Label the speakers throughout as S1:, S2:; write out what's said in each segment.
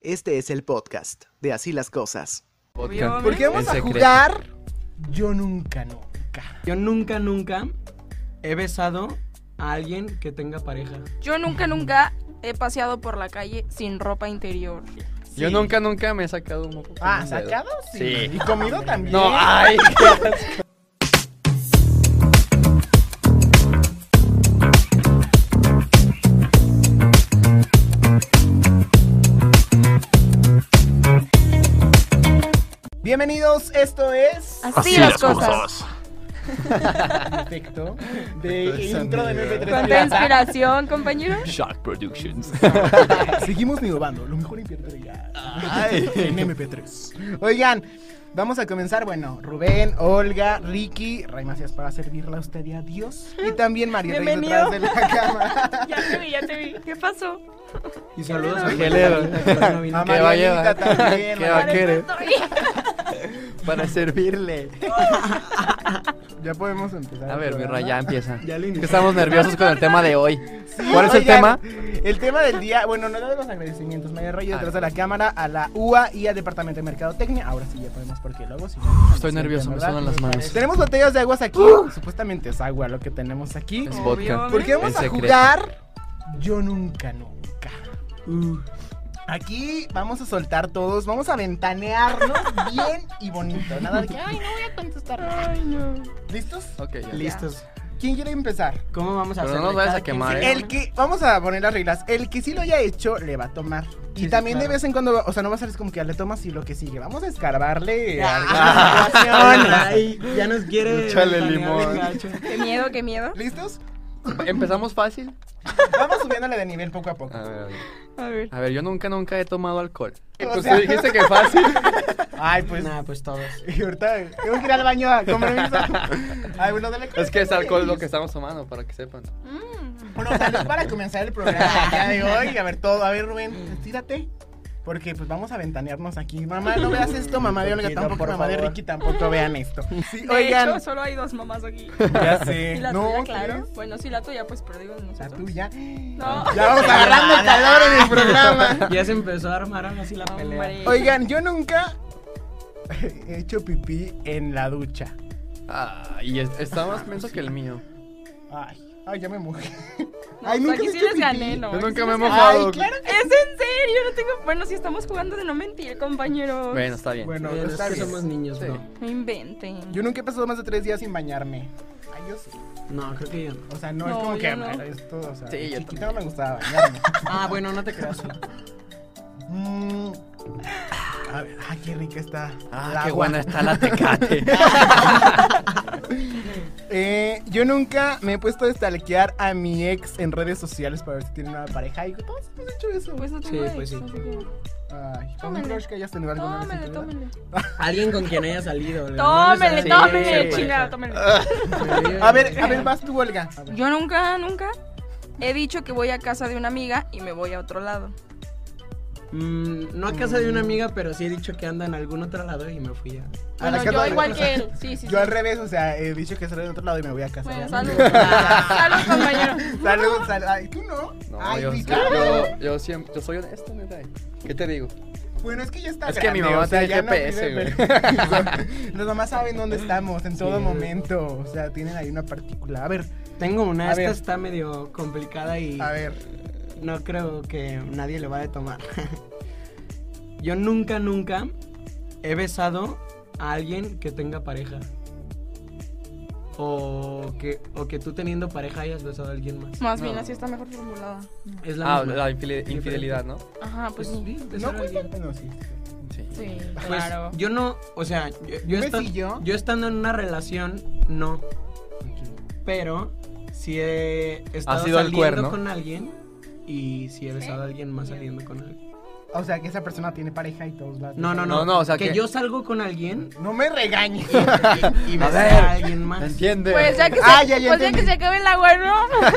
S1: Este es el podcast de Así las Cosas.
S2: Podcast.
S3: Porque vamos
S2: En
S3: a
S2: secreto.
S3: jugar. Yo nunca, nunca.
S4: Yo nunca, nunca he besado a alguien que tenga pareja.
S5: Yo nunca, nunca he paseado por la calle sin ropa interior.
S2: Yo nunca, nunca me he sacado un moco. con
S3: Ah,
S2: un dedo.
S3: ¿sacado? Sí.
S2: Sí.
S3: Y comido también.
S2: No, ay.
S3: Bienvenidos, esto es.
S5: Así, las, cosas.
S3: Perfecto. De
S2: Todo ese
S3: intro de
S2: sonido.
S3: MP3
S5: ¿Cuánta
S3: Pirata.
S5: inspiración, compañero?
S2: Shock Productions.
S3: Seguimos innovando. Lo mejor en MP3 ya. En MP3. Oigan, vamos a comenzar. Bueno, Rubén, Olga, Ricky. Ray Macías para servirla a usted y a Dios. Y también María Reyes
S5: Bienvenido.
S3: detrás de la cámara.
S5: Ya te vi, ya te vi. ¿Qué pasó?
S4: Y saludos a
S2: Qué ledo.
S3: A
S2: ¿Qué va a
S3: Marianita
S2: llevar?
S3: también,
S2: ¿Qué va a
S3: Marianita.
S2: querer? Para servirle.
S3: Ya podemos empezar.
S2: A
S3: el
S2: ver, mi
S3: programa.
S2: Ray, ya empieza.
S4: Ya le
S2: Que
S4: inicié.
S2: Estamos nerviosos con el tema de hoy. ¿Cuál es el
S3: Oigan,
S2: tema?
S3: El tema del día, bueno, no era de los agradecimientos, María Reyes detrás de la cámara, a la UA y al Departamento de Mercadotecnia. Ahora sí ya podemos porque luego sí.
S2: Estoy nervioso, me
S3: ¿verdad?
S2: suenan las manos. ¡Uh!
S3: Tenemos botellas de aguas aquí, supuestamente es agua lo que tenemos aquí.
S2: Es vodka.
S3: Porque vamos
S2: En
S3: a
S2: secreto.
S3: jugar Yo nunca, nunca.
S4: Uh,
S3: Aquí vamos a soltar todos, vamos a ventanearnos bien y bonito. Nada de que, ay, no voy a contestar. ¿Listos?
S2: Ok, ya.
S4: listos.
S3: ¿Quién quiere empezar?
S4: ¿Cómo vamos a
S2: Pero
S4: hacer?
S2: no nos vayas a quemar, ¿eh?
S3: El que, vamos a poner las reglas. El que sí lo haya hecho, le va a tomar. y
S4: Sí, sí,
S3: también
S4: claro.
S3: de vez en cuando, o sea, no va a ser como que ya le tomas y lo que sigue. Vamos a escarbarle. algunas
S4: Ah.
S3: situaciones.
S4: Ay, ya nos quiere.
S2: Échale
S4: ventanear
S2: limón.
S4: el gacho.
S5: Qué miedo, qué miedo.
S3: ¿Listos?
S2: ¿Empezamos fácil?
S3: Vamos subiéndole de nivel poco a poco.
S2: A ver, a ver.
S5: A ver.
S2: A ver, yo nunca, nunca he tomado alcohol.
S3: O
S2: Pues
S3: sea-
S2: tú dijiste que fácil.
S3: Ay, pues.
S4: Nah, pues todos.
S3: Y ahorita tengo que ir al baño a compromiso. Ay, bueno, dale
S2: Es que es alcohol lo que estamos tomando, para que sepan.
S3: Bueno, salud para comenzar el programa el día de hoy. A ver todo. A ver, Rubén, estírate. Porque pues vamos a ventanearnos aquí. Mamá, no veas esto, mamá de Olga
S4: Poquito,
S3: tampoco,
S4: por
S3: mamá de
S4: favor.
S3: Ricky tampoco vean esto. Sí,
S5: De
S3: oigan.
S5: hecho, solo hay dos mamás aquí.
S3: Ya sé.
S5: ¿Y la
S3: no,
S5: tuya, claro?
S3: tres.
S5: Bueno, sí, la tuya, pues, pero digo
S3: La
S5: nosotros.
S3: tuya.
S5: No.
S3: Ya vamos agarrando el calor en el programa.
S4: Ya se empezó a armar así la pelea.
S5: Hombre.
S3: Oigan, yo nunca he hecho pipí en la ducha.
S2: Ah, y es- está más menso que el mío.
S3: Ay, ay, ya me mojé.
S5: No, pues,
S3: Ay, nunca
S5: aquí
S3: has
S5: sí
S3: hecho
S5: les
S3: pipí.
S5: gané, ¿no?
S2: Yo
S5: aquí
S2: nunca
S5: sí
S2: me he
S5: les-
S2: mojado.
S3: Ay, claro que
S5: Es en serio, no tengo. Bueno, si estamos jugando de no mentir, compañeros.
S2: Bueno, está bien.
S3: Bueno,
S4: Pero es
S3: está
S4: que
S3: bien.
S4: somos niños,
S2: Sí.
S4: bro.
S5: No inventen.
S3: Yo nunca he pasado más de tres días sin bañarme. Ay, yo sí.
S4: No, creo que yo no.
S3: O sea, no, es
S5: No,
S3: como
S5: yo
S3: que
S5: no.
S3: esto, o sea,
S2: Sí,
S3: de
S2: yo
S3: chiquito
S2: también.
S3: no me gustaba bañarme.
S4: Ah, bueno, no te creas.
S3: Mm. A ver, ay, qué rica está. el
S2: Ah,
S3: agua.
S2: qué buena está la tecate.
S3: Eh, yo nunca me he puesto a stalkear a mi ex en redes sociales para ver si tiene una pareja. Y todos hemos hecho eso.
S5: Pues no
S4: Sí,
S5: tengo
S4: pues
S5: ex,
S4: sí.
S5: así que-
S3: Ay, un
S5: Tómale.
S3: crush que hayas tenido alguna vez en
S5: Tómele,
S3: tu vida?
S5: tómele.
S4: Alguien con quien haya salido. güey. No nos
S5: Tómele,
S4: hagas-
S5: tómele,
S4: Sí,
S5: chingada,
S4: pareja.
S5: tómele.
S4: Sí,
S3: A ver, a ver, vas tú, Olga. A ver.
S5: Yo nunca, nunca he dicho que voy a casa de una amiga y me voy a otro lado.
S4: Mm, no a casa de una amiga, pero sí he dicho que anda en algún otro lado y me fui a.
S3: A
S5: Bueno,
S3: la casa
S5: yo
S3: de-
S5: igual que él. Sí, sí. sí.
S3: Yo al revés, o sea, he dicho que salgo de otro lado y me voy a casa.
S5: Bueno,
S3: ¿verdad?
S5: salud. salud, compañero.
S3: Salud, salud. Ay, tú no.
S2: No,
S3: Ay,
S2: yo,
S3: Ricky.
S2: yo, yo siempre, yo soy honesto, neta. ¿Qué te digo?
S3: Bueno, es que ya está.
S2: Es que mi
S3: grande,
S2: mamá
S3: o sea,
S2: tiene
S3: ya no
S2: GPS,
S3: pide
S2: güey.
S3: permiso. Las mamás saben dónde estamos en todo
S4: Sí.
S3: momento. O sea, tienen ahí una partícula. A ver,
S4: Tengo una,
S3: A
S4: esta
S3: ver.
S4: está medio complicada y
S3: a ver.
S4: no creo que nadie le va a tomar. Yo nunca, nunca he besado a alguien que tenga pareja. O que, o que tú teniendo pareja hayas besado a alguien más.
S5: Más
S2: No.
S5: bien, así está mejor formulada.
S4: Es la
S2: Ah,
S4: misma.
S2: la infili- infidelidad, ¿no?
S5: Ajá, pues sí.
S4: Sí, besar
S3: No,
S4: a
S3: pues,
S4: alguien.
S3: no, sí.
S2: Sí.
S5: Sí,
S4: Pues,
S5: claro.
S4: Yo no, o sea, yo, yo
S3: ¿Un
S4: estan-
S3: besillo?
S4: yo estando en una relación, no. Pero si he estado
S2: sido el
S4: saliendo
S2: cuerno.
S4: con alguien y si he besado a alguien más saliendo con alguien.
S3: O sea, que esa persona tiene pareja y todos la.
S4: No, no, no.
S2: No, no, o sea
S4: que,
S2: que-
S4: yo salgo con alguien
S3: No me regañes.
S4: y
S2: A
S4: besar
S2: ver.
S4: a, alguien más.
S2: ¿Entiende?
S5: Pues ya que se,
S3: Ah, ya, ya
S5: pues ya
S3: entendí.
S5: que se acabe el agua, ¿no?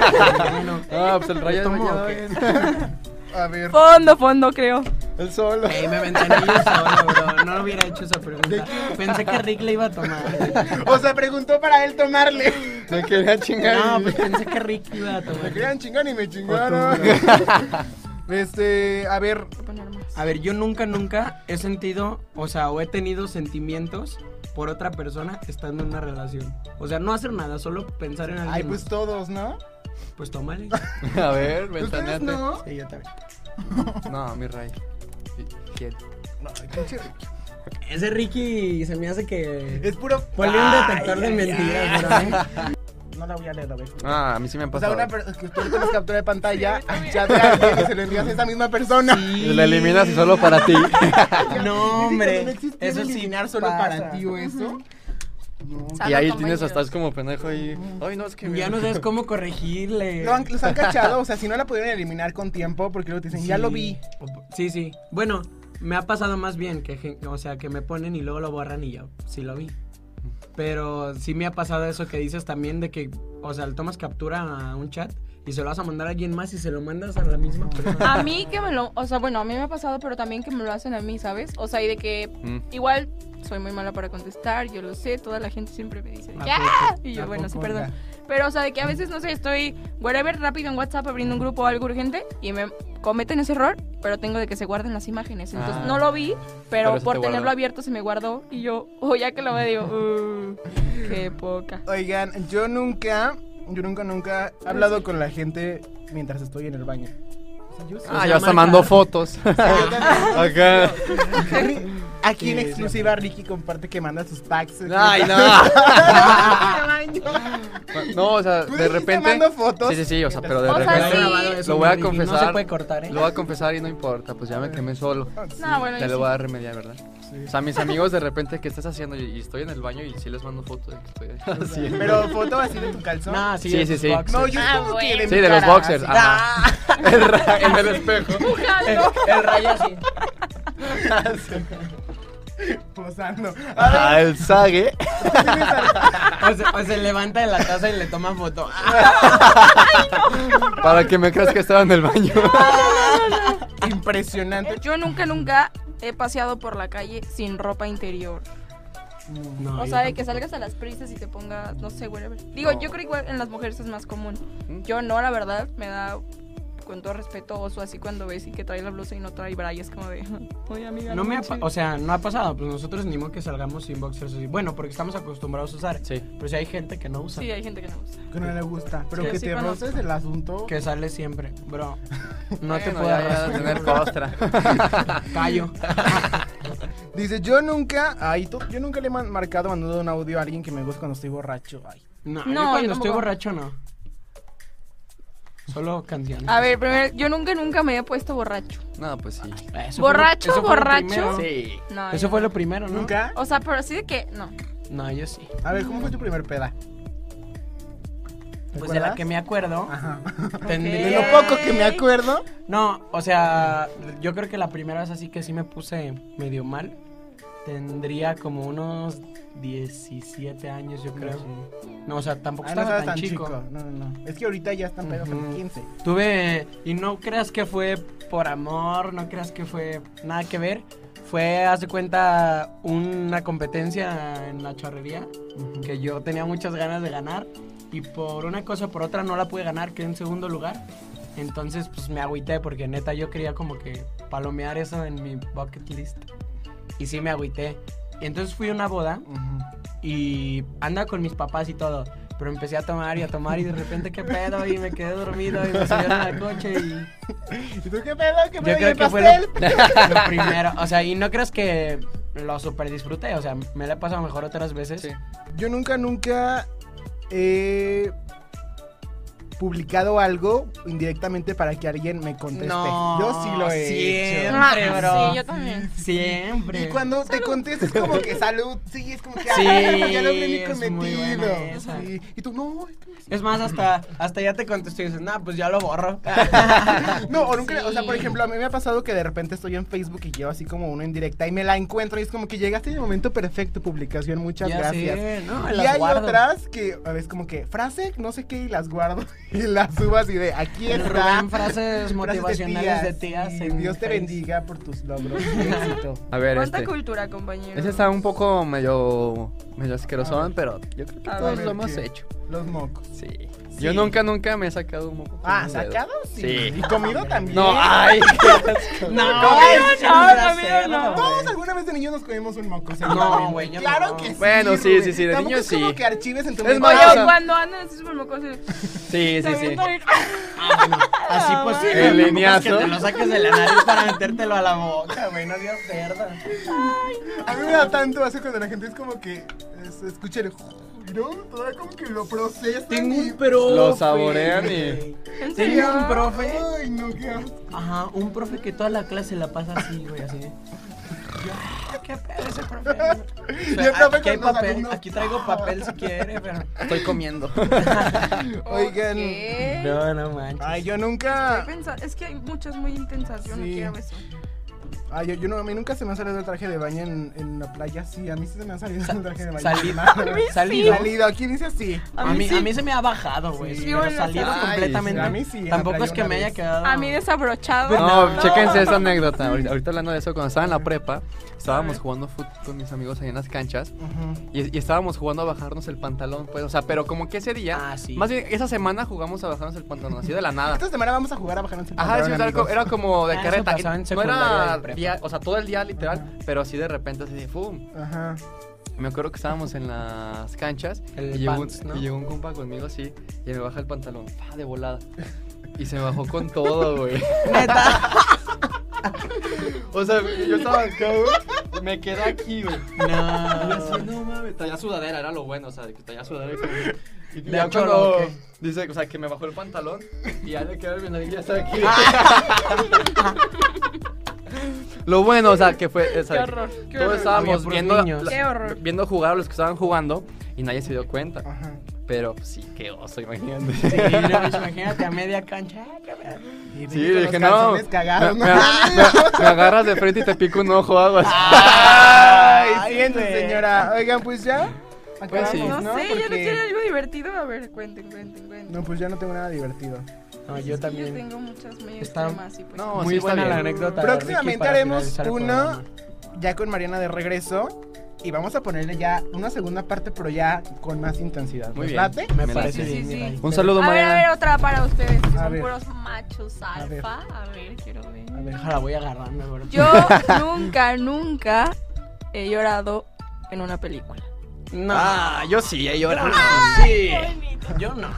S4: Bueno,
S2: Ah, pues el rayo
S4: ¿Tomo
S2: ya
S4: o
S2: ven.
S3: A ver,
S5: Fondo, fondo, creo.
S3: el solo.
S4: ey, me ventaneé yo solo, bro. No hubiera hecho esa pregunta. Pensé que Rick le iba a tomar.
S3: O sea, preguntó para él tomarle.
S2: Me quería chingar.
S4: No,
S2: y-
S4: pues pensé que Rick iba a tomar.
S3: Me querían chingar y me
S4: O tú,
S3: chingaron.
S4: bro.
S3: Este, a ver,
S5: Voy a poner más.
S4: A ver, yo nunca, nunca he sentido, o sea, o he tenido sentimientos por otra persona estando en una relación. O sea, no hacer nada, solo pensar en alguien.
S3: ay, pues
S4: más.
S3: todos, ¿no?
S4: pues tómale.
S2: A ver,
S3: ¿Ustedes
S2: ventaneate.
S3: no?
S4: Sí, yo también.
S2: No, mi Ray. Sí, ¿Quién?
S3: No, pinche Ricky.
S4: Ese Ricky se me hace que.
S3: Es puro.
S4: Ponle un detector de mentiras, bro, ¿eh?
S3: No la voy a leer, a ver.
S2: Ah, a mí sí me han
S3: O sea,
S2: pasado.
S3: una persona que tú le tomas captura de pantalla, ya de alguien y se lo envías a esa misma persona.
S2: Y la eliminas y solo para ti.
S4: No,
S3: Cuando no
S4: hombre.
S3: existía
S4: Eso sí.
S3: eliminar solo para ti o eso. No.
S2: y ahí
S5: Salgo con
S2: tienes,
S5: veinte.
S2: estás como pendejo ahí. Ay, no, es que.
S4: Ya no sabes cómo corregirle.
S3: Lo han- los han cachado, o sea, si no la pudieron eliminar con tiempo, porque luego te dicen, ya
S4: Sí.
S3: lo vi.
S4: O- Sí, sí. Bueno, me ha pasado más bien que, gen- o sea, que me ponen y luego lo borran y yo sí lo vi. Pero sí me ha pasado eso que dices también de que, o sea, le tomas captura a un chat y se lo vas a mandar a alguien más y se lo mandas a la misma
S2: Mm.
S4: persona.
S5: A mí que me lo, o sea, bueno, a mí me ha pasado, pero también que me lo hacen a mí, ¿sabes? O sea, y de que
S2: Mm.
S5: igual soy muy mala para contestar, yo lo sé, toda la gente siempre me dice,
S4: ¿A
S5: ¿qué?
S4: poco?
S5: Y yo,
S4: ¿A
S5: bueno, sí,
S4: poco?
S5: perdón. Pero, o sea, de que a veces, no sé, estoy, whatever, rápido en WhatsApp abriendo un grupo o algo urgente y me cometen ese error, pero tengo de que se guarden las imágenes. Entonces,
S2: Ah.
S5: no lo vi,
S2: Pero
S5: pero,
S2: se te
S5: por
S2: guardó.
S5: tenerlo abierto se me guardó y yo, o ya que lo veo, digo, "Uh, qué poca.
S3: Oigan, yo nunca, yo nunca, nunca he hablado con la gente mientras estoy en el baño. O sea, yo sí.
S2: Ah, ya hasta mandó fotos. Ah. Acá.
S3: Aquí en
S4: Sí,
S3: exclusiva Ricky comparte que manda sus packs.
S2: Ay, no. No, o sea,
S3: Tú
S2: de
S3: dijiste,
S2: repente.
S3: "Mando fotos".
S2: Sí, sí, sí, o sea, pero de
S5: O sea,
S2: repente.
S5: sí.
S2: Lo voy a
S4: No se
S2: confesar.
S4: puede cortar, ¿eh?
S2: Lo voy a confesar y no importa, pues ya me quemé solo.
S5: No, bueno,
S2: Te
S5: yo
S2: lo
S5: sí.
S2: voy a remediar, ¿verdad? O sea, mis amigos de repente, ¿qué estás haciendo? Y, y estoy en el baño y sí les mando fotos de que estoy haciendo.
S3: Pero foto así de tu calzón.
S4: No, sí,
S2: Sí,
S4: de
S2: sí,
S4: sus
S2: sí.
S4: boxers.
S3: No, yo
S5: Ah,
S3: como que
S5: bueno.
S3: de
S2: Sí,
S3: mi
S2: de los
S3: cara, Ah.
S2: boxers.
S3: así.
S2: Ajá. El, ra- en el espejo.
S4: El rayo así.
S3: Posando.
S2: Ah, el sague.
S4: O se, o se levanta de la taza y le toma foto. Ah,
S2: Para que me creas que estaba en el baño.
S3: Impresionante.
S5: Yo nunca, nunca he paseado por la calle sin ropa interior.
S4: No,
S5: O
S4: yo
S5: sea, de que
S4: tampoco.
S5: salgas a las prisas y te pongas, no sé, whatever. Digo,
S2: No.
S5: yo creo que igual en las mujeres es más común.
S2: ¿Mm?
S5: Yo no, la verdad, me da con todo respeto oso así cuando ves y que trae la blusa y no trae bra y es como de, oye amiga,
S4: No me ha, pa-
S5: manches".
S4: o sea, no ha pasado, pues nosotros ni modo que salgamos sin boxers así. Bueno, porque estamos acostumbrados a usar.
S2: Sí.
S4: Pero si hay gente que no usa,
S5: Sí, hay gente que no usa.
S3: Que no le gusta. Pero
S5: Sí,
S3: que
S5: sí
S3: te
S5: conozco.
S3: roces el asunto.
S4: que sale siempre, bro. No te
S2: Bueno,
S4: puedo
S2: ya, ya de
S4: arrastrar.
S2: tener costra.
S4: Callo.
S3: Dice, yo nunca, ay, tú- yo nunca le he man- marcado mandando un audio a alguien que me gusta cuando estoy borracho. Ay.
S5: No,
S4: No, yo
S5: yo
S4: cuando
S5: tampoco.
S4: estoy borracho no. Solo canciones.
S5: A ver, primero, yo nunca, nunca me he puesto borracho.
S2: No, pues sí.
S4: Eso
S5: ¿borracho,
S4: eso fue lo
S5: borracho?
S4: primero.
S2: Sí.
S5: No,
S4: Eso
S5: yo
S4: fue
S5: no.
S4: lo primero, ¿no?
S3: ¿Nunca?
S5: O sea, pero así de que, no.
S4: No, yo sí.
S3: A ver, ¿cómo fue tu primer peda? ¿Te
S4: Pues de la
S3: acuerdas?
S4: que me acuerdo.
S3: Ajá.
S4: tendría-
S3: De lo poco que me acuerdo.
S4: No, o sea, yo creo que la primera vez así que sí me puse medio mal. Tendría como unos 17 años, yo
S3: Ah,
S4: creo. No, o sea, tampoco
S3: Ay, no
S4: estaba
S3: estabas
S4: tan, chico.
S3: No, no, no. Es que ahorita ya están pedos en
S4: Ujú.
S3: 15.
S4: Tuve, y no creas que fue por amor, no creas que fue nada que ver. Fue, hace cuenta, una competencia en la charrería que yo tenía muchas ganas de ganar y por una cosa o por otra no la pude ganar, quedé en segundo lugar. Entonces, pues me agüité porque neta yo quería como que palomear eso en mi bucket list. Y sí me agüité. Y entonces fui a una boda y andaba con mis papás y todo. Pero empecé a tomar y a tomar y de repente qué pedo y me quedé dormido y me subieron al coche y
S3: ¿Y tú qué pedo? ¿Qué pedo?
S4: yo
S3: ¿Y
S4: creo
S3: el
S4: que fue
S3: pastel?
S4: lo, lo primero. O sea, y no creas que lo super disfruté. O sea, me la he pasado mejor otras veces.
S2: Sí.
S3: Yo nunca, nunca he publicado algo indirectamente para que alguien me conteste.
S4: No,
S3: yo sí lo he hecho.
S4: siempre,
S5: Ah,
S4: bro.
S5: Sí, yo también.
S4: Siempre.
S3: Y cuando te contestas como que salud, sí, es como que
S4: Sí,
S3: "Ay, ya logré mi
S4: es muy
S3: cometido.
S4: buena esa.
S3: Sí. Y tú, no, es que-
S4: Es más, hasta, hasta ya te contesto y dices, nah, pues ya lo borro.
S3: no, o nunca, o sea, por
S5: Sí.
S3: ejemplo, a mí me ha pasado que de repente estoy en Facebook y llevo así como una indirecta y me la encuentro y es como que llegaste en el momento perfecto, publicación, muchas
S4: Ya
S3: gracias.
S4: sé, no,
S3: Y
S4: las
S3: hay
S4: guardo.
S3: otras que, a ver, es como que frase, no sé qué, y las guardo y las subo así de aquí
S4: El
S3: está.
S4: Rubén, frases motivacionales de tías.
S3: sí,
S4: en
S3: Dios te
S4: Face.
S3: bendiga por tus logros y éxito.
S2: A ver,
S5: ¿Cuánta
S2: este.
S5: cultura, compañero?
S2: Ese está un poco medio, medio asquerosón,
S3: A ver.
S2: pero yo creo que
S5: A
S2: todos
S3: ver,
S2: lo hemos
S3: ¿qué?
S2: hecho.
S3: Los mocos.
S2: Sí. Yo nunca, nunca me he sacado un moco.
S3: Ah,
S2: con un dedo.
S3: ¿sacado? Sí.
S2: Sí.
S3: ¿Y comido también?
S2: No, ay, qué asco.
S4: No,
S5: no, no.
S3: Todos alguna vez de niños nos comimos un moco. ¿seguro?
S4: No, güey, yo no.
S3: Claro que sí.
S2: Bueno, sí,
S3: güey.
S2: sí, sí, de
S3: Tampoco
S2: niño
S3: es como
S2: sí.
S3: que archives en tu
S2: Es
S3: mente.
S2: más,
S5: Oye,
S2: Ajá.
S5: cuando andan así súper mocosos.
S2: Sí, sí, sí.
S4: Así
S3: Ah,
S4: pues sí,
S2: El
S4: no, no, es que
S2: leñazo.
S4: te lo saques de la nariz para metértelo a la boca, güey, no seas cerda.
S3: A mí me da tanto asco cuando la gente es como que es- escucha el... No, todavía como que lo procesa.
S4: Tengo un profe.
S2: Lo saborean y-
S5: ¿En serio?
S4: Tengo un profe.
S3: Ay, no, qué asco.
S4: Ajá, un profe que toda la clase la pasa así, güey, así. Yo, "Ah, ¿Qué pedo ese profe?
S3: Y
S4: O sea,
S3: el profe
S4: aquí hay
S3: con los
S4: papel,
S3: alumnos.
S4: aquí traigo papel si quiere, pero.
S2: Estoy comiendo.
S3: Oigan.
S5: Ok.
S4: No, no manches.
S3: Ay, yo
S5: Estoy
S3: nunca...
S5: pensando- Es que hay muchas muy intensas. Yo no
S3: Sí.
S5: quiero eso.
S3: Ay, Ah, yo, yo no, a mí nunca se me ha salido el traje de baño en, en la playa. Sí, a mí sí se me ha salido el traje de baño.
S4: salí-
S3: Nada.
S4: a mí sí.
S3: Salido. Salido, aquí dice así.
S5: A
S4: A
S5: mí
S4: mí,
S5: sí.
S4: a mí se me ha bajado, güey.
S5: Sí,
S4: pero
S5: bueno,
S4: salido
S5: sí.
S4: completamente.
S3: Ay, a mí sí, en la
S4: Tampoco
S3: playa
S4: es que
S3: una
S4: me haya
S3: vez.
S4: quedado.
S5: A mí desabrochado.
S2: No,
S5: No.
S2: chéquense esa anécdota. Ahorita, ahorita hablando de eso, cuando estaba en la prepa, estábamos jugando fútbol con mis amigos ahí en las canchas y, y estábamos jugando a bajarnos el pantalón, pues, o sea, pero como que ese día,
S4: Ah, sí.
S2: más bien esa semana jugamos a bajarnos el pantalón, así de la nada.
S3: Esta semana vamos a jugar a bajarnos el
S2: Ajá, sí,
S3: pantalón,
S2: o sea, era co-
S3: amigos.
S2: era como de
S4: Ah, eso
S2: carreta.
S4: pasaba en
S2: No
S4: secundaria
S2: era
S4: y prepa.
S2: día, o sea, todo el día literal, pero así de repente así de ¡fum!
S3: Ajá.
S2: Me acuerdo que estábamos en las canchas
S4: El
S2: y, llegó
S4: pants,
S2: un,
S4: ¿no?
S2: y llegó un compa conmigo así y me baja el pantalón, ¡fa! de volada. Y se me bajó con todo, güey.
S4: Neta.
S2: O sea, yo estaba acá, güey. Me quedé aquí, güey. Y
S4: No.
S2: así, no mames, traía sudadera, era lo bueno, o sea, que traía sudadera. Y, y
S4: De
S2: ya
S4: cholo,
S2: cuando-
S4: ¿o qué?
S2: dice, o sea, que me bajó el pantalón y ya le quedó bien nariz, ya está aquí. Lo bueno, o sea, que fue, o sea,
S5: Qué horror, qué
S2: todos
S5: horror.
S4: Había
S2: estábamos
S4: puros
S2: viendo,
S4: niños.
S5: Qué horror.
S2: viendo jugar a los que estaban jugando y nadie se dio cuenta.
S3: Ajá.
S2: Pero pues, sí, qué oso, imagínate.
S4: Ah. Sí, no, pues, imagínate a media cancha. Ay, qué pedo.
S2: Sí,
S3: Con los
S2: dije, no.
S3: calzones cagados,
S2: me,
S3: ¿no?
S2: me- me agarras de frente y te pico un ojo, algo así.
S4: Ah,
S3: Ay,
S4: Ay,
S3: siente,
S4: güey.
S3: señora. Oigan, pues ya.
S2: Pues sí.
S5: No,
S3: Acabamos, ¿no?
S5: sé, ya no
S3: Porque-
S5: tiene algo divertido. A ver, cuenten, cuenten, cuenten.
S3: No, pues ya no tengo nada divertido.
S4: No, yo
S5: Es que Yo
S4: también.
S5: tengo muchas medias
S4: Está-
S5: extremas y pues.
S2: No, sí,
S4: Muy
S2: está
S4: buena la
S2: bien.
S4: anécdota. de Ricky
S3: Próximamente
S4: para
S3: haremos
S4: finalizar el
S3: uno
S4: programa.
S3: ya con Mariana de regreso. Y vamos a ponerle ya una segunda parte, pero ya con más intensidad.
S2: Muy
S3: ¿Les
S2: bien.
S3: late?
S4: Me
S2: Sí,
S4: parece
S5: sí,
S4: bien.
S5: sí,
S4: mira,
S5: sí.
S4: ahí.
S2: Un saludo,
S5: A ver, a
S2: Mariana.
S5: ver, otra para ustedes, que
S3: A
S5: son
S3: ver.
S5: puros machos
S3: ver.
S5: alfa. A ver, quiero ver.
S3: A ver.
S4: Déjala, voy agarrando, güey.
S5: Yo nunca, nunca he llorado en una película.
S4: No.
S2: Ah, yo sí, he llorado.
S5: Ah,
S4: sí. Yo no.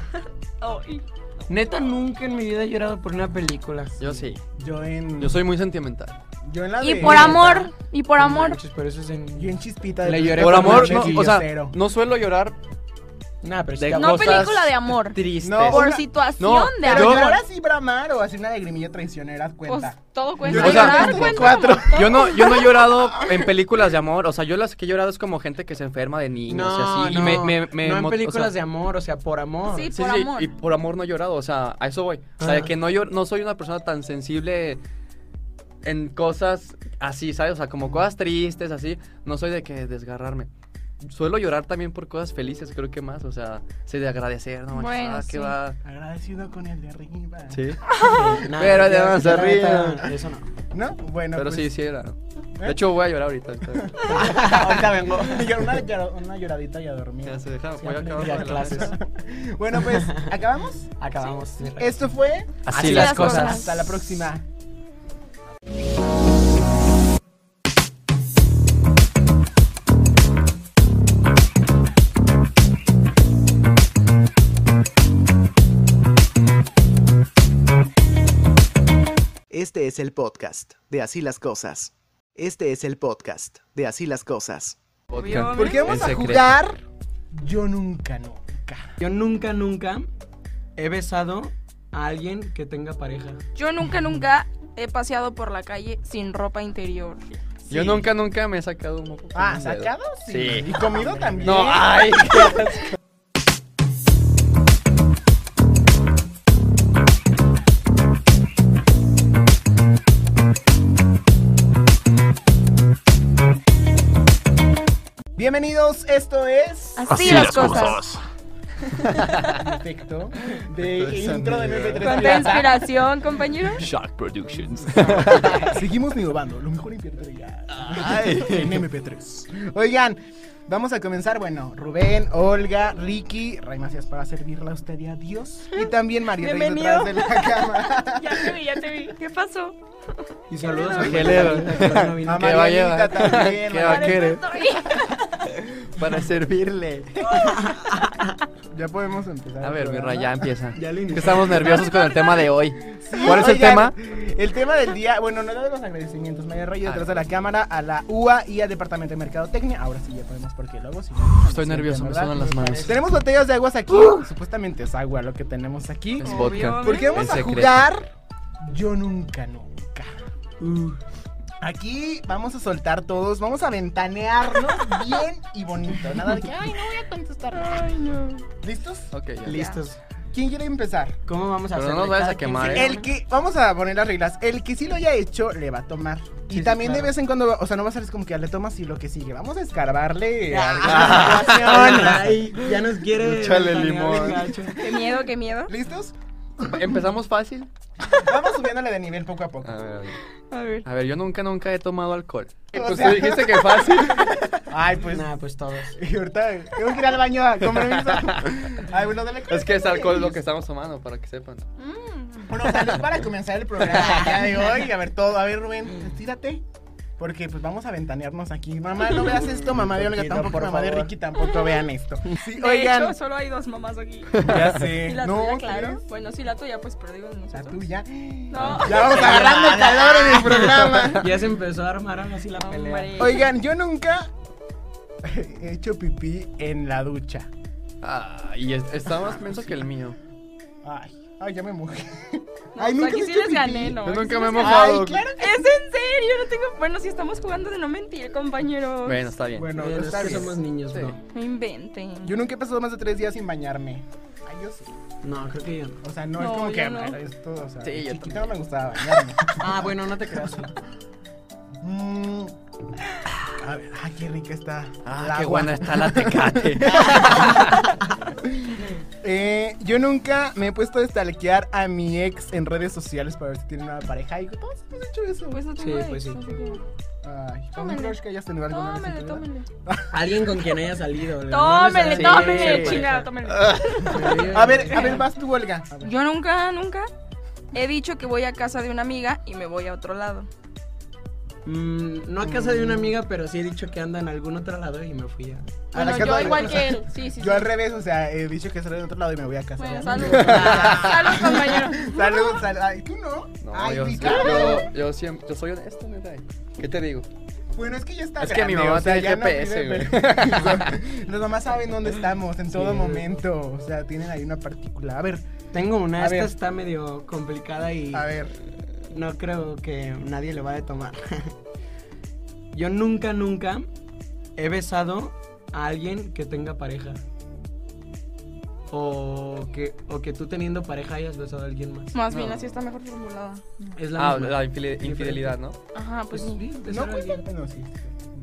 S5: Oh, y-
S4: Neta, nunca en mi vida he llorado por una película.
S2: Yo sí.
S3: Yo en.
S2: Yo soy muy sentimental.
S3: yo en la
S5: Y
S3: de-
S5: por amor, y por amor.
S4: Manches, pero eso es en.
S3: Yo en chispita.
S4: Le lloré Pero
S2: Por
S4: con
S2: amor,
S4: Manchester
S2: no, o sea,
S3: Cero.
S2: no suelo llorar
S4: Nah, pero sí
S2: de
S4: te-
S5: No
S2: cosas
S5: película de amor.
S2: Tristes.
S3: No,
S5: Por
S3: una-
S5: situación
S2: no,
S5: de
S3: Pero
S5: amor.
S2: Yo-
S3: llorar así, bramar o así una lagrimilla traicionera,
S5: Pues
S3: cuenta.
S5: todo
S3: Yo
S5: cuenta.
S2: lloré
S5: Llorar
S3: como
S5: cuenta
S3: cuatro.
S5: como todo.
S2: Yo no, yo no he llorado en películas de amor. O sea, yo las que he llorado es como gente que se enferma de niños y
S4: No,
S2: así.
S4: no,
S2: y me, me, me
S4: no en
S2: mo- o
S4: películas de
S2: sea,
S4: amor, o sea, por amor.
S5: Sí,
S2: Sí,
S5: por
S2: sí,
S5: amor.
S2: y por amor no he llorado. O sea, a eso voy. O sea, de
S4: Ah.
S2: que no, llor- no soy una persona tan sensible en cosas así, ¿sabes? O sea, como cosas tristes, así. No soy de que desgarrarme. Suelo llorar también por cosas felices, creo que más. O sea, soy de agradecer, ¿no? manches,
S5: Bueno,
S2: ah, qué
S5: sí.
S2: va.
S3: Agradecido con el de arriba.
S2: Sí.
S4: Nah,
S2: Pero
S4: yo-
S2: de más
S4: yo la
S2: arriba.
S4: neta, Eso no.
S3: ¿No? Bueno.
S2: Pero
S3: pues,
S2: sí, sí era. ¿no?
S3: ¿Eh?
S2: De hecho, voy a llorar ahorita. ahorita.
S4: Ahorita vengo.
S3: Diga, Una, llora- una lloradita y a dormir.
S2: Ya se deja,
S4: Sí,
S2: voy a
S4: aprendí
S2: acabar
S4: a
S2: con la
S4: clases.
S2: mesa.
S3: Bueno, pues, ¿acabamos?
S4: Acabamos. mi rey.
S3: Esto fue.
S2: Así,
S4: Así
S2: las
S4: las cosas.
S2: cosas.
S3: Hasta la próxima.
S1: Este es el podcast de Así las Cosas. Este es el podcast de Así las Cosas.
S2: Podcast.
S3: Porque vamos
S2: El
S3: a
S2: secreto.
S3: jugar. Yo nunca, nunca.
S4: Yo nunca, nunca he besado a alguien que tenga pareja.
S5: Yo nunca, nunca he paseado por la calle sin ropa interior.
S2: Yo nunca, nunca me he sacado un moco. con
S3: Ah,
S2: un dedo.
S3: ¿sacado? Sí.
S2: Sí.
S3: ¿Y comido también?
S2: No, ay.
S3: Bienvenidos, esto es.
S5: Así, las, cosas.
S3: Perfecto. De
S2: Perfecto,
S3: intro de MP3.
S5: Tanta inspiración, compañero.
S2: Shock Productions.
S3: Seguimos innovando, lo mejor invierte de ya. En MP3. Oigan, vamos a comenzar. Bueno, Rubén, Olga, Ricky, Ray Macías para servirla a usted y a Dios. Y también María Rey detrás
S5: Bienvenido.
S3: de la cámara.
S5: Ya te vi, ya te vi. ¿Qué pasó?
S4: Y saludos
S2: Qué
S4: a Miguel
S2: leve.
S4: Herrera, que no vino.
S3: A
S2: ¿Qué va a llevar?
S3: Marianita también,
S2: ¿Qué va a
S5: Para
S2: querer?
S5: esto
S2: Para servirle.
S3: Ya podemos empezar.
S2: A
S3: el
S2: ver, mi
S3: programa.
S2: Ray, ya empieza.
S3: Ya le
S2: Que
S3: inicié.
S2: Estamos nerviosos con el tema de hoy. ¿Cuál es el
S3: Oigan,
S2: tema?
S3: El tema del día, bueno, no era de los agradecimientos, María Rey detrás
S2: Ah.
S3: de la cámara, a la UA y al Departamento de Mercadotecnia. Ahora sí ya podemos porque luego sí.
S2: Estoy nervioso, me
S3: ¿verdad?
S2: suenan las manos. Uh.
S3: Tenemos botellas de aguas aquí. Supuestamente es agua lo que tenemos aquí.
S2: Es
S5: Obvio,
S2: vodka.
S5: obvio.
S3: Porque vamos
S2: Es
S3: a
S2: secreto.
S3: jugar Uh. Yo nunca, nunca. Aquí vamos a soltar todos, vamos a ventanearnos bien y bonito. Nada de que, ay, no voy a contestar. Ay, no. ¿Listos?
S2: Ok, ya.
S3: Listos. ¿Quién quiere empezar?
S4: ¿Cómo vamos a
S2: Pero
S4: hacer?
S2: no nos vayas a quemar, ¿eh?
S3: El que, vamos a poner las reglas. El que sí lo haya hecho, le va a tomar. Y
S4: sí,
S3: también de
S4: claro.
S3: vez en cuando, o sea, no va a ser como que ya le tomas y lo que sigue. Vamos a escarbarle.
S4: Ah.
S3: algunas situaciones.
S4: ya nos quiere.
S2: Échale
S4: ventanear
S2: limón.
S4: el gacho.
S5: Qué miedo, qué miedo.
S3: ¿Listos?
S2: ¿Empezamos fácil?
S3: Vamos subiéndole de nivel poco a poco.
S2: A ver, a ver.
S5: A ver.
S2: A ver, yo nunca, nunca he tomado alcohol.
S3: O
S2: Pues
S3: sea-
S2: tú dijiste que fácil.
S3: Ay, pues.
S4: Nah, pues todos.
S3: Y ahorita tengo que ir al baño a comer Ay, bueno, dale
S2: Es que es alcohol lo que estamos tomando, para que sepan.
S3: Bueno, salud para comenzar el programa del día de hoy. A ver todo. A ver, Rubén, estírate. Porque pues vamos a ventanearnos aquí. Mamá, no veas esto, mamá de Olga
S4: Poquito,
S3: tampoco,
S4: por
S3: mamá de
S4: favor.
S3: Ricky tampoco vean esto.
S5: De
S3: Sí,
S5: hecho,
S3: oigan.
S5: solo hay dos mamás aquí.
S3: Ya sé.
S5: Y la
S3: no,
S5: tuya, claro.
S3: tres.
S5: Bueno, sí, la tuya, pues, pero digo
S3: La
S5: nosotros.
S3: tuya.
S5: No.
S3: Ya vamos agarrando el calor en el programa.
S4: Ya se empezó a armar así la pelea.
S5: Hombre.
S3: Oigan, yo nunca he hecho pipí en la ducha.
S2: Ah, y es- está más menso que el mío.
S3: Ay, ay, ya me mojé.
S5: No, pues,
S3: Ay, nunca
S5: aquí
S3: he
S5: sí
S3: hecho
S5: les
S3: pipí.
S5: gané, ¿no?
S2: Yo
S5: aquí
S2: nunca
S5: sí
S2: me he
S5: les-
S2: mojado.
S3: Ay, claro que
S5: Es en serio, no tengo. Bueno, si estamos jugando de no mentir, compañeros.
S2: Bueno, está bien.
S3: Bueno,
S4: Bueno,
S3: está
S4: es que
S3: bien.
S4: somos niños,
S2: Sí.
S4: bro.
S5: No inventen.
S3: Yo nunca he pasado más de tres días sin bañarme. Ay, yo sí.
S4: No, creo que yo no.
S3: O sea, no, es
S5: No,
S3: como
S5: yo
S3: que
S5: no.
S3: pero es todo. O sea,
S2: Sí,
S3: de
S2: yo
S3: chiquito
S2: también.
S3: no me gustaba bañarme.
S4: Ah, bueno, no te creas.
S3: Mm. A ver, ay, qué rica está. el
S2: Ah, qué
S3: agua.
S2: buena está la tecate.
S3: Eh, yo nunca me he puesto a stalkear a mi ex en redes sociales para ver si tiene una pareja. Y todos hemos hecho eso.
S5: Pues no
S4: Sí,
S5: tengo
S4: pues
S5: ex,
S4: sí.
S5: así que-
S3: ay, con un
S5: tómale.
S3: crush que hayas tenido alguna vez. en
S5: Tómele,
S3: tu vida.
S5: tómele.
S4: Alguien con quien haya salido. Olga. No nos
S5: Tómele,
S4: hagas-
S5: tómele,
S4: Sí,
S5: chingada,
S4: pareja.
S5: tómele.
S4: Sí,
S3: A ver,
S4: sí.
S3: a ver, vas tú, Olga. A ver.
S5: Yo nunca, nunca he dicho que voy a casa de una amiga y me voy a otro lado.
S4: Mm, no a casa de una amiga, pero sí he dicho que anda en algún otro lado y me fui a.
S3: A
S5: Bueno,
S3: la casa
S5: yo
S3: de-
S5: igual que él. Sí, sí, sí.
S3: Yo al revés, o sea, he dicho que salgo de otro lado y me voy a casa.
S5: Bueno,
S3: de
S5: salud.
S3: amigos. Ah.
S5: salud, compañero.
S3: Salud, salud. Ay, tú no.
S2: No,
S3: ay,
S2: yo,
S3: mi
S2: yo, yo siempre, yo soy honesto, neta. ¿Qué te digo?
S3: Bueno, es que ya está
S2: Es que mi
S3: grande,
S2: mamá
S3: o sea,
S2: tiene
S3: ya no
S2: GPS,
S3: vive
S2: güey.
S3: perdido. Las mamás saben dónde estamos en todo
S4: Sí.
S3: momento. O sea, tienen ahí una partícula. A ver,
S4: Tengo
S3: A
S4: una, esta
S3: ver.
S4: está medio complicada y
S3: a ver.
S4: no creo que nadie le vaya a tomar. Yo nunca, nunca he besado a alguien que tenga pareja. O que, o que tú teniendo pareja hayas besado a alguien más.
S5: Más
S2: No.
S5: bien, así está mejor formulada.
S4: Es la
S2: Ah,
S4: misma.
S2: la infide- infidelidad, ¿no?
S5: Ajá, pues
S4: Pues
S5: sí.
S4: sí,
S3: No,
S4: besar a
S3: pues
S4: alguien.
S3: no, sí.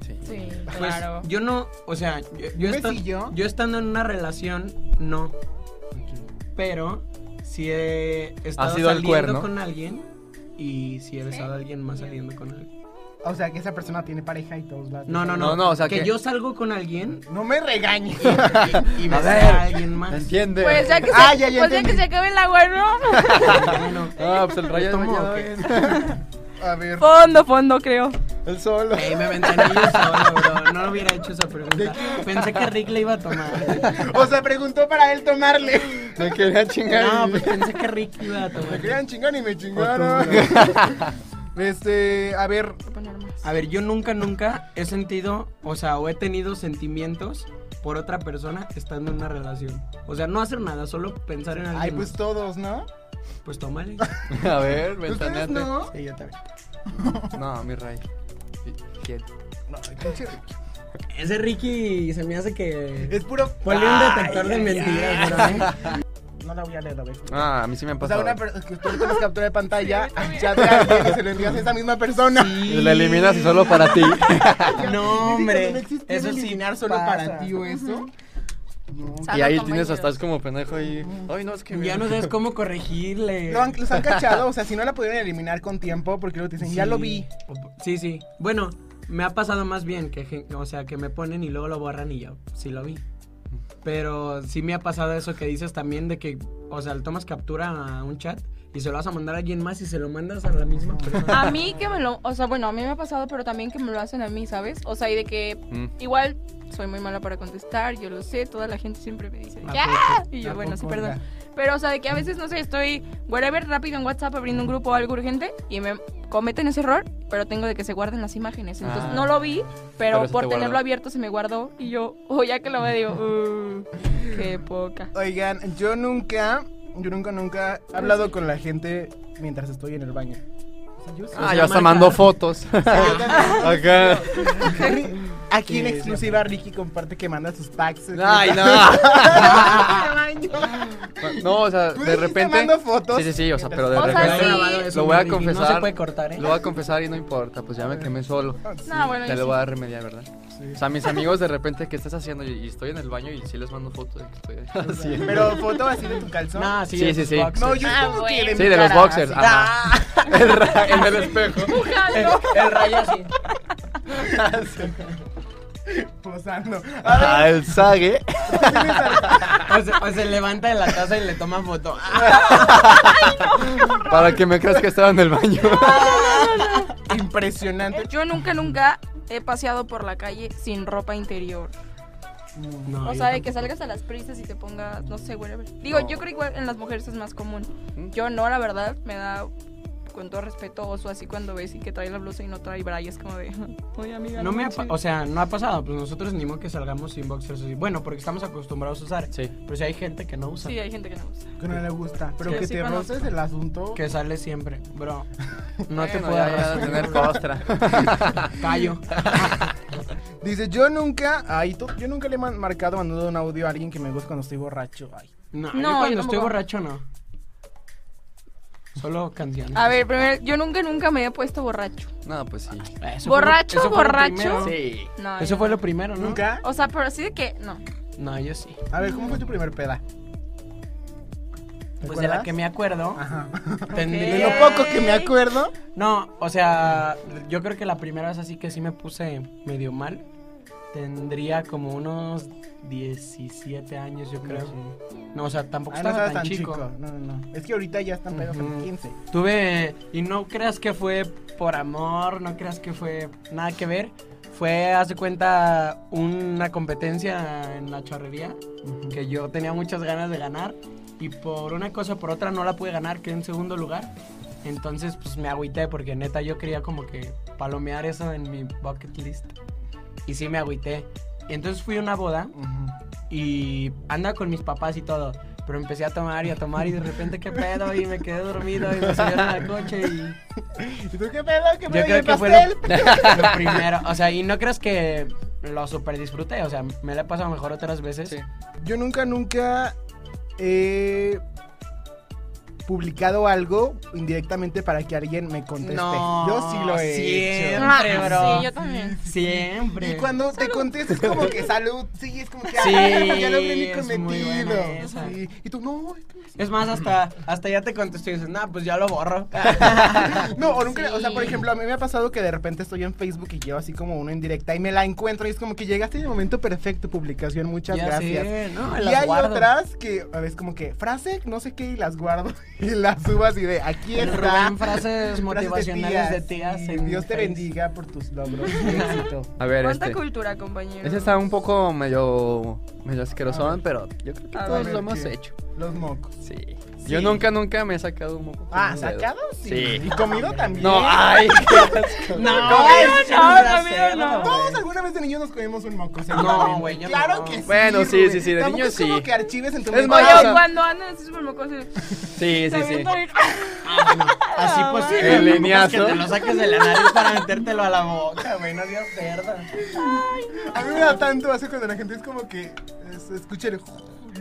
S2: Sí.
S5: Sí,
S4: Pues,
S5: claro.
S4: yo no, o sea, yo, yo
S3: ¿Un
S4: estan-
S3: besillo?
S4: yo estando en una relación, no. Pero si he estado
S2: sido el
S4: saliendo
S2: cuerno.
S4: con alguien y si he besado a alguien más saliendo con alguien.
S3: O sea, que esa persona tiene pareja y todos las.
S4: No, no, no.
S2: No, no, o sea
S4: que,
S2: que-
S4: yo salgo con alguien
S3: No me regañes.
S4: y
S2: A
S4: besé
S2: ver,
S4: a, alguien más.
S2: ¿Entiende?
S5: Pues ya que se,
S3: Ah, ya, ya
S5: pues ya
S3: entendí.
S5: que se acabe el agua, ¿no?
S4: Bueno,
S2: Ah, pues el rayo
S4: ¿Tomo
S2: ya
S4: o
S2: ven.
S3: A ver,
S5: Fondo, fondo, creo.
S3: el solo.
S4: ey, me ventaneé yo solo, bro. No hubiera hecho esa pregunta. Pensé que Rick le iba a tomar.
S3: O sea, preguntó para él tomarle.
S2: Me quería chingar.
S4: No, pues pensé que Rick iba a
S3: Me
S4: tomar.
S3: querían chingar y me chingaron. Este, a ver.
S5: Voy a poner más.
S4: A ver, yo nunca, nunca he sentido, o sea, o he tenido sentimientos por otra persona estando en una relación. O sea, no hacer nada, solo pensar en alguien.
S3: Ay, pues
S4: más.
S3: todos, ¿no?
S4: pues tómale.
S2: A ver,
S3: ¿Ustedes
S2: ventaneate. No?
S3: no?
S4: Sí, yo también.
S2: mi rey. ¿Quién?
S3: Ay, pinche Ricky.
S4: Ese Ricky se me hace que
S3: Es puro.
S4: ponle un detector de mentiras, bro. ¿eh?
S3: No la voy a leer, a ver.
S2: Ah, a mí sí me han
S3: O sea,
S2: pasado.
S3: una persona que usted toma captura de pantalla, ya de alguien y se lo envías a esa misma persona.
S2: Y la eliminas y solo para ti.
S4: No,
S3: Dice,
S4: hombre.
S3: cuando no existía
S4: eso
S3: el
S4: sí
S3: eliminar solo
S4: pasa.
S3: para ti o eso. No.
S2: Y
S5: Salgo
S2: ahí
S5: con
S2: tienes,
S5: veinte
S2: estás como pendejo ahí. Ay, no, es que.
S4: Ya no sabes cómo corregirle.
S3: Lo han- los han cachado, o sea, si no la pudieron eliminar con tiempo, porque luego te dicen, ya lo vi.
S4: Sí, sí. Bueno, me ha pasado más bien que, gen- o sea, que me ponen y luego lo borran y yo sí lo vi. Pero sí me ha pasado eso que dices también de que, o sea, le tomas captura a un chat y se lo vas a mandar a alguien más y se lo mandas a la misma persona.
S5: A mí que me lo, o sea, bueno, a mí me ha pasado, pero también que me lo hacen a mí, ¿sabes? O sea, y de que
S2: Mm.
S5: igual soy muy mala para contestar, yo lo sé, toda la gente siempre me dice, de
S4: ¿A
S5: que,
S4: poco?
S5: "Ah", Y
S3: ¿A
S5: yo, bueno, sí,
S3: poco,
S5: perdón.
S3: Olga?
S5: Pero, o sea, de que a veces, no sé, estoy, whatever, rápido en WhatsApp abriendo un grupo o algo urgente y me cometen ese error, pero tengo de que se guarden las imágenes. Entonces,
S2: Ah.
S5: no lo vi,
S2: Pero
S5: pero,
S2: se te
S5: por
S2: guardó.
S5: tenerlo abierto se me guardó y yo, o ya que lo veo, digo, "Uh, qué poca.
S3: Oigan, yo nunca, yo nunca, nunca he hablado con la gente mientras estoy en el baño. O sea, yo sí.
S2: Ah,
S4: O sea,
S2: ya hasta
S4: marca-
S2: mandó fotos. Acá.
S3: Aquí en exclusiva Ricky comparte que manda sus packs.
S2: Ay, no. No, o sea,
S3: ¿Tú
S2: de
S3: dijiste
S2: repente.
S3: mando fotos?
S2: Sí, sí, sí, o sea, pero de
S5: O sea,
S2: repente.
S5: sí.
S2: Lo voy a
S4: No se
S2: confesar.
S4: puede cortar, ¿eh?
S2: Lo voy a confesar y no importa, pues ya me quemé solo.
S5: No, bueno,
S2: Te
S5: yo
S2: lo
S5: sí.
S2: voy a remediar, ¿verdad? O sea, mis amigos de repente, ¿qué estás haciendo? Y, y estoy en el baño y sí les mando fotos de que estoy así.
S3: Pero foto así de tu calzón.
S4: No, sí,
S2: Sí,
S4: de
S2: sí,
S4: tus
S2: sí.
S4: boxers.
S3: no, yo
S5: Ah,
S3: como que
S5: bueno.
S3: de mi
S2: Sí, de los
S3: cara, Ah,
S2: boxers.
S3: así.
S2: Ajá. El, ra- el del espejo.
S4: El, el rayo así.
S3: Posando. A ver,
S2: Ah, el sague.
S4: O se, o se levanta de la taza y le toma foto.
S2: Para que me creas que estaba en el baño.
S3: impresionante.
S5: Yo nunca, nunca he paseado por la calle sin ropa interior.
S4: No,
S5: O
S4: yo
S5: sea, de que
S4: tampoco.
S5: salgas a las prisas y te pongas, no sé, whatever. Digo,
S2: No.
S5: yo creo que igual en las mujeres es más común.
S2: ¿Mm?
S5: Yo no, la verdad, me da con todo respeto oso así cuando ves y que trae la blusa y no trae bra y es como de, oye amiga.
S4: No me ha pa-
S5: manches".
S4: o sea, no ha pasado. Pues nosotros ni modo que salgamos sin boxers. así. Bueno, porque estamos acostumbrados a usar.
S2: Sí.
S4: Pero si hay gente que no usa,
S5: Sí, hay gente que no usa.
S3: Que no le gusta. Pero
S4: Sí,
S3: que
S5: sí,
S3: te
S5: cuando-
S3: roces el asunto.
S4: que sale siempre. Bro, no te
S2: Bueno,
S4: puedo
S2: ya, ya de
S4: arrastrar.
S2: tener costra.
S4: Callo.
S3: Dice, yo nunca, ay, tú- yo nunca le he man- marcado mandando un audio a alguien que me gusta cuando estoy borracho. Ay.
S5: No,
S4: No, yo
S5: yo
S4: cuando
S5: tampoco.
S4: estoy borracho no. Solo canciones.
S5: A ver, primero, yo nunca, nunca me he puesto borracho.
S2: No, pues sí.
S4: Eso fue lo-
S5: ¿Borracho,
S4: eso fue lo
S5: borracho?
S4: primero.
S2: Sí.
S5: No,
S4: Eso
S5: yo
S4: fue
S5: no.
S4: lo primero, ¿no?
S3: ¿Nunca?
S5: O sea, pero así de que, no.
S4: No, yo sí.
S3: A ver, ¿cómo fue tu primer peda? ¿Te
S4: Pues de la
S3: acuerdas?
S4: que me acuerdo.
S3: Ajá.
S4: tendría-
S3: De lo poco que me acuerdo.
S4: No, o sea, yo creo que la primera vez así que sí me puse medio mal. Tendría como unos 17 años, yo creo. No, o sea, tampoco
S3: Ah, no
S4: estaba
S3: estabas
S4: tan, chico.
S3: No, no, no. Es que ahorita ya están pedos
S4: Ujú.
S3: en 15.
S4: Tuve, y no creas que fue por amor, no creas que fue nada que ver. Fue, hace cuenta, una competencia en la chorrería que yo tenía muchas ganas de ganar y por una cosa o por otra no la pude ganar, quedé en segundo lugar. Entonces, pues me agüité porque neta yo quería como que palomear eso en mi bucket list. Y sí me agüité. Y entonces fui a una boda y anda con mis papás y todo. Pero empecé a tomar y a tomar y de repente qué pedo y me quedé dormido y me subieron al coche y
S3: ¿Y tú qué pedo? ¿Qué pedo?
S4: yo
S3: ¿Y el
S4: creo que fue
S3: pastel?
S4: lo, lo primero. O sea, y no creas que lo super disfruté, o sea, me la he pasado mejor otras veces.
S2: Sí.
S3: Yo nunca, nunca he publicado algo indirectamente para que alguien me conteste.
S4: No,
S3: Yo sí lo he hecho.
S4: Siempre,
S5: Ah,
S4: bro.
S5: Sí, yo también.
S4: Siempre.
S3: Y cuando te contestas como que salud, sí, es como que
S4: Sí,
S3: "Ay, ya logré mi
S4: es muy buena
S3: cometido.
S4: esa.
S3: Sí. Y tú, no,
S4: Es más, hasta, hasta ya te contesté y dices, nah, pues ya lo borro.
S3: No, o nunca, o sea, por
S5: Sí.
S3: ejemplo, a mí me ha pasado que de repente estoy en Facebook y llevo así como uno en directa y me la encuentro y es como que llegaste en el momento perfecto, publicación, muchas
S4: Ya
S3: gracias.
S4: sé, no,
S3: Y
S4: las
S3: hay
S4: guardo.
S3: otras que, a ver, es como que frase, no sé qué, y las guardo y las subo así de aquí
S4: El
S3: está.
S4: Rubén, frases motivacionales de tías.
S3: sí,
S4: en
S3: Dios te
S4: Face.
S3: bendiga por tus logros y éxito.
S2: A ver,
S5: ¿Cuánta
S2: este.
S5: cultura, compañero?
S2: Ese está un poco medio, medio asquerosón,
S3: ver.
S2: pero yo creo que
S5: A
S2: todos
S3: ver,
S2: lo hemos
S3: ¿qué?
S2: hecho.
S3: Los mocos.
S2: Sí. Yo nunca, nunca me he sacado un moco. con
S3: Ah,
S2: un dedo.
S3: ¿sacado? Sí.
S2: Sí.
S3: Y comido también.
S2: No, ah, ay, qué asco.
S4: No,
S5: no, no,
S4: grosero,
S5: no.
S4: güey.
S3: Todos alguna vez de niños nos comimos un moco.
S4: No, güey, yo no.
S3: Claro que sí.
S2: Bueno, sí,
S3: Rubén.
S2: sí, sí, de
S3: Tampoco
S2: niño
S3: es como
S2: sí.
S3: que archives en tu
S2: Es
S3: mente.
S2: más,
S5: Oye,
S2: o sea-
S5: cuando andan así súper mocosos.
S2: Sí, sí, sí.
S4: Ah, bueno, así pues sí.
S2: El
S4: no, no, es que
S2: leñazo.
S4: te lo saques de la nariz para metértelo a la boca, güey. No seas cerda.
S3: A mí me da tanto asco cuando la gente es como que es- escucha el.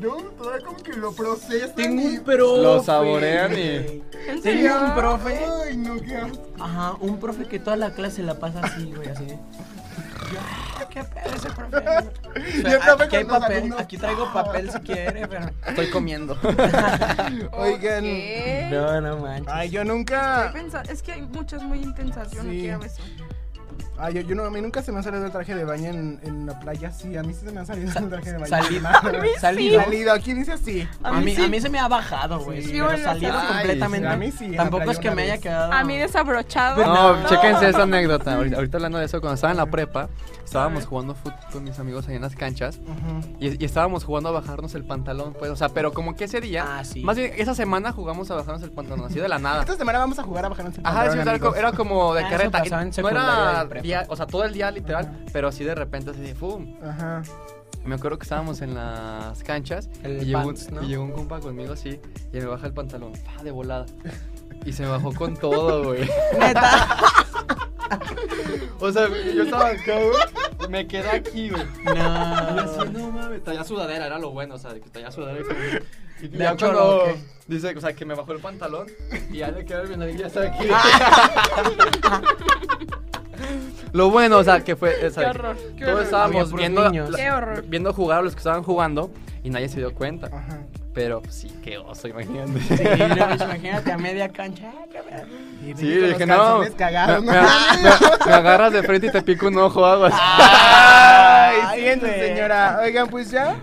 S3: No, todavía como que lo procesa.
S4: Tengo un
S3: pero.
S4: profe.
S2: Lo saborean y-
S5: ¿En serio?
S4: Tengo un profe.
S3: Ay, no, qué asco.
S4: Ajá, un profe que toda la clase la pasa así, güey, así. ¿Qué pedo ese profe? O sea,
S3: Y el profe
S4: aquí, hay
S3: con los
S4: papel,
S3: alumnos.
S4: aquí traigo papel si quiere, pero.
S2: Estoy comiendo.
S4: Pues
S3: Oigan.
S5: Ok.
S4: No, no manches.
S3: Ay, yo
S5: Estoy
S3: nunca.
S5: pensando- es que hay muchas muy intensas, yo
S3: Sí.
S5: no quiero eso.
S3: Ay, yo, yo no, a mí nunca se me ha salido el traje de baño en, en la playa. Sí, a mí sí se me ha salido el traje de baño.
S4: salido.
S3: Madre.
S4: Salido.
S3: Salido. Aquí dice así.
S4: A mí, a mí se me ha bajado, güey.
S5: Sí,
S4: pero
S5: bueno,
S4: salido
S5: sí.
S4: completamente.
S3: Ay, a mí sí, en la
S4: Tampoco
S3: playa
S4: es que
S3: una
S4: me haya
S3: vez.
S4: quedado.
S5: A mí desabrochado.
S2: No, chéquense esa anécdota. Ahorita, ahorita hablando de eso, cuando estaba en la prepa, estábamos jugando fútbol con mis amigos ahí en las canchas
S3: Ujú.
S2: y, y estábamos jugando a bajarnos el pantalón, pues, o sea, pero como que ese día,
S4: Ah, sí.
S2: más bien esa semana jugamos a bajarnos el pantalón, así de la nada.
S3: Esta semana vamos a jugar a bajarnos el
S2: Ajá,
S3: pantalón,
S2: sí, o sea, era, co-
S3: amigos.
S2: era como de
S4: Ah, eso
S2: carreta.
S4: pasaba en
S2: no
S4: secundaria
S2: era
S4: y prepa.
S2: día, o sea, todo el día literal, pero así de repente así de ¡fum!
S3: Ajá.
S2: Me acuerdo que estábamos en las canchas
S4: El
S2: y, llegó un,
S4: pants, ¿no?
S2: y llegó un compa conmigo así y me baja el pantalón, ¡fa! de volada. Y se me bajó con todo, güey.
S4: Neta.
S2: O sea, yo estaba acá, güey. Me quedé aquí, güey. Y yo así,
S4: No.
S2: no mames, traía sudadera, era lo bueno, o sea, de que traía sudadera. Y, y
S4: De
S2: ya
S4: cholo,
S2: cuando
S4: ¿o qué?
S2: dice, o sea, que me bajó el pantalón y ya le quedó el nariz ya está aquí. lo bueno, o sea, que fue, o sea,
S5: Qué horror, qué
S2: todos
S5: horror.
S4: Había
S2: estábamos
S4: puros
S2: viendo,
S4: niños.
S5: Qué horror.
S2: viendo jugar a los que estaban jugando y nadie se dio cuenta.
S3: Ajá.
S2: Pero pues, sí, qué oso, imagínate.
S4: Sí, no, pues, imagínate a media cancha. Ay, qué pedo.
S3: Y
S2: Sí,
S3: con
S2: le
S3: los
S2: dije, no.
S3: calzones cagados,
S2: me,
S3: ¿no?
S2: me- me agarras de frente y te pico un ojo, algo así.
S3: Ay,
S4: Ay,
S3: siente,
S4: güey.
S3: señora. Oigan, pues ya.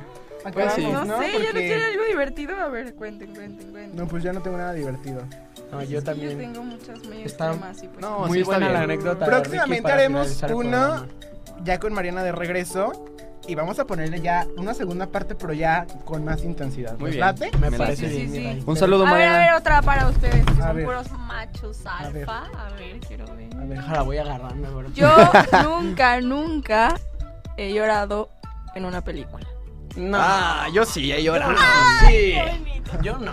S2: Pues sí.
S5: No,
S3: Acabamos, ¿no?
S5: sé, ya no
S3: Porque-
S5: tiene algo divertido. A ver, cuenten, cuenten, cuenten.
S3: No, pues ya no tengo nada divertido.
S4: No, yo
S5: Yo
S4: también.
S5: tengo muchas muy
S4: Está-
S5: extremas y pues.
S2: No,
S4: Muy
S2: sí, está
S4: buena la
S2: bien.
S4: anécdota. de Ricky
S3: Próximamente
S4: para
S3: haremos
S4: finalizar el
S3: uno
S4: programa.
S3: ya con Mariana de regreso. Y vamos a ponerle ya una segunda parte, pero ya con más intensidad.
S2: Muy
S3: ¿Les
S2: bien.
S3: late?
S4: Me
S2: Sí,
S4: parece
S5: sí,
S4: bien.
S5: sí,
S4: mira ahí.
S5: sí.
S2: Un saludo,
S5: A ver, a
S2: Mariana.
S5: ver, otra para ustedes. que
S3: A
S5: son
S3: ver.
S5: puros machos alfa. A
S3: ver.
S5: ver, quiero ver.
S3: A ver.
S4: Déjala, voy a agarrarme, bro.
S5: Yo nunca, nunca he llorado en una película.
S4: No.
S2: Ah, yo sí, he llorado.
S5: Ah.
S4: sí.
S5: bonito.
S4: Yo no.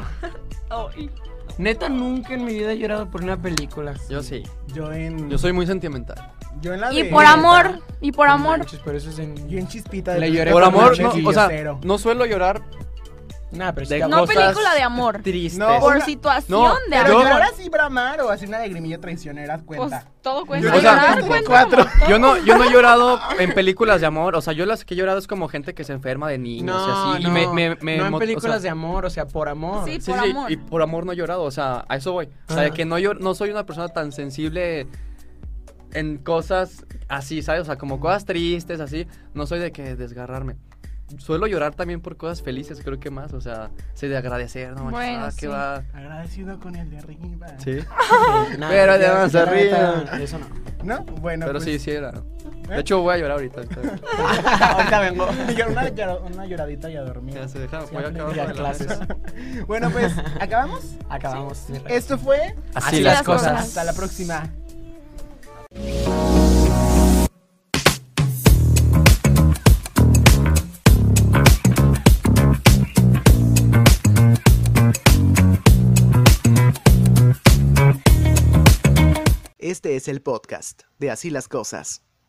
S5: Oh, y-
S4: Neta, nunca en mi vida he llorado por una película.
S2: Yo sí.
S3: Yo en.
S2: Yo soy muy sentimental.
S3: yo en la
S5: Y
S3: de-
S5: por amor, y por amor.
S4: Manches, pero eso es en.
S3: Yo en chispita.
S4: Le lloré Pero
S2: Por
S4: con
S2: amor,
S4: Manchas
S2: no,
S4: y
S2: o sea,
S3: Cero.
S2: no suelo llorar
S4: Nah, pero
S2: de
S4: sí te-
S5: No
S2: cosas
S5: película de amor.
S2: Tristes.
S3: No,
S5: Por
S3: Una-
S5: situación
S2: no,
S5: de
S3: Pero
S5: amor.
S2: yo-
S3: llorar así, bramar o así una lagrimilla traicionera,
S5: Pues
S3: cuenta.
S5: todo
S3: Yo
S5: cuenta.
S2: digo que
S5: Llorar
S3: tengo
S5: cuenta
S3: cuatro.
S5: como todo.
S2: Yo no, yo no he llorado en películas de amor. O sea, yo las que he llorado es como gente que se enferma de niños y
S4: No,
S2: así.
S4: no,
S2: y me, me, me
S4: no
S2: mo-
S4: en
S2: o
S4: películas de
S2: sea,
S4: amor, o sea, por amor.
S5: Sí,
S2: Sí,
S5: por
S2: sí,
S5: amor.
S2: y por amor no he llorado. O sea, a eso voy. O sea, de
S4: Ah.
S2: que no, llor- no soy una persona tan sensible en cosas así, ¿sabes? O sea, como cosas tristes, así. No soy de que desgarrarme. Suelo llorar también por cosas felices, creo que más. O sea, soy de agradecer, ¿no? manches,
S5: Bueno,
S2: ah, qué
S5: sí.
S2: va.
S3: Agradecido con el de arriba.
S2: Sí.
S4: Nah,
S2: Pero
S4: yo-
S2: de más
S4: yo la
S2: arriba.
S4: neta, Eso no.
S3: ¿No? Bueno.
S2: Pero
S3: pues,
S2: sí, sí era. De hecho, voy a llorar ahorita. ahorita.
S4: Ahorita vengo.
S3: yo una, llor- una lloradita y a dormir.
S2: Ya se deja,
S3: Sí,
S2: voy a acabar
S4: Y a
S2: con la
S4: clases.
S2: mesa.
S3: Bueno, pues, ¿acabamos?
S4: Acabamos. sí.
S3: Esto fue.
S2: Así,
S5: Así
S2: las
S5: las cosas.
S2: cosas.
S3: Hasta la próxima.
S1: Este es el podcast de Así las cosas.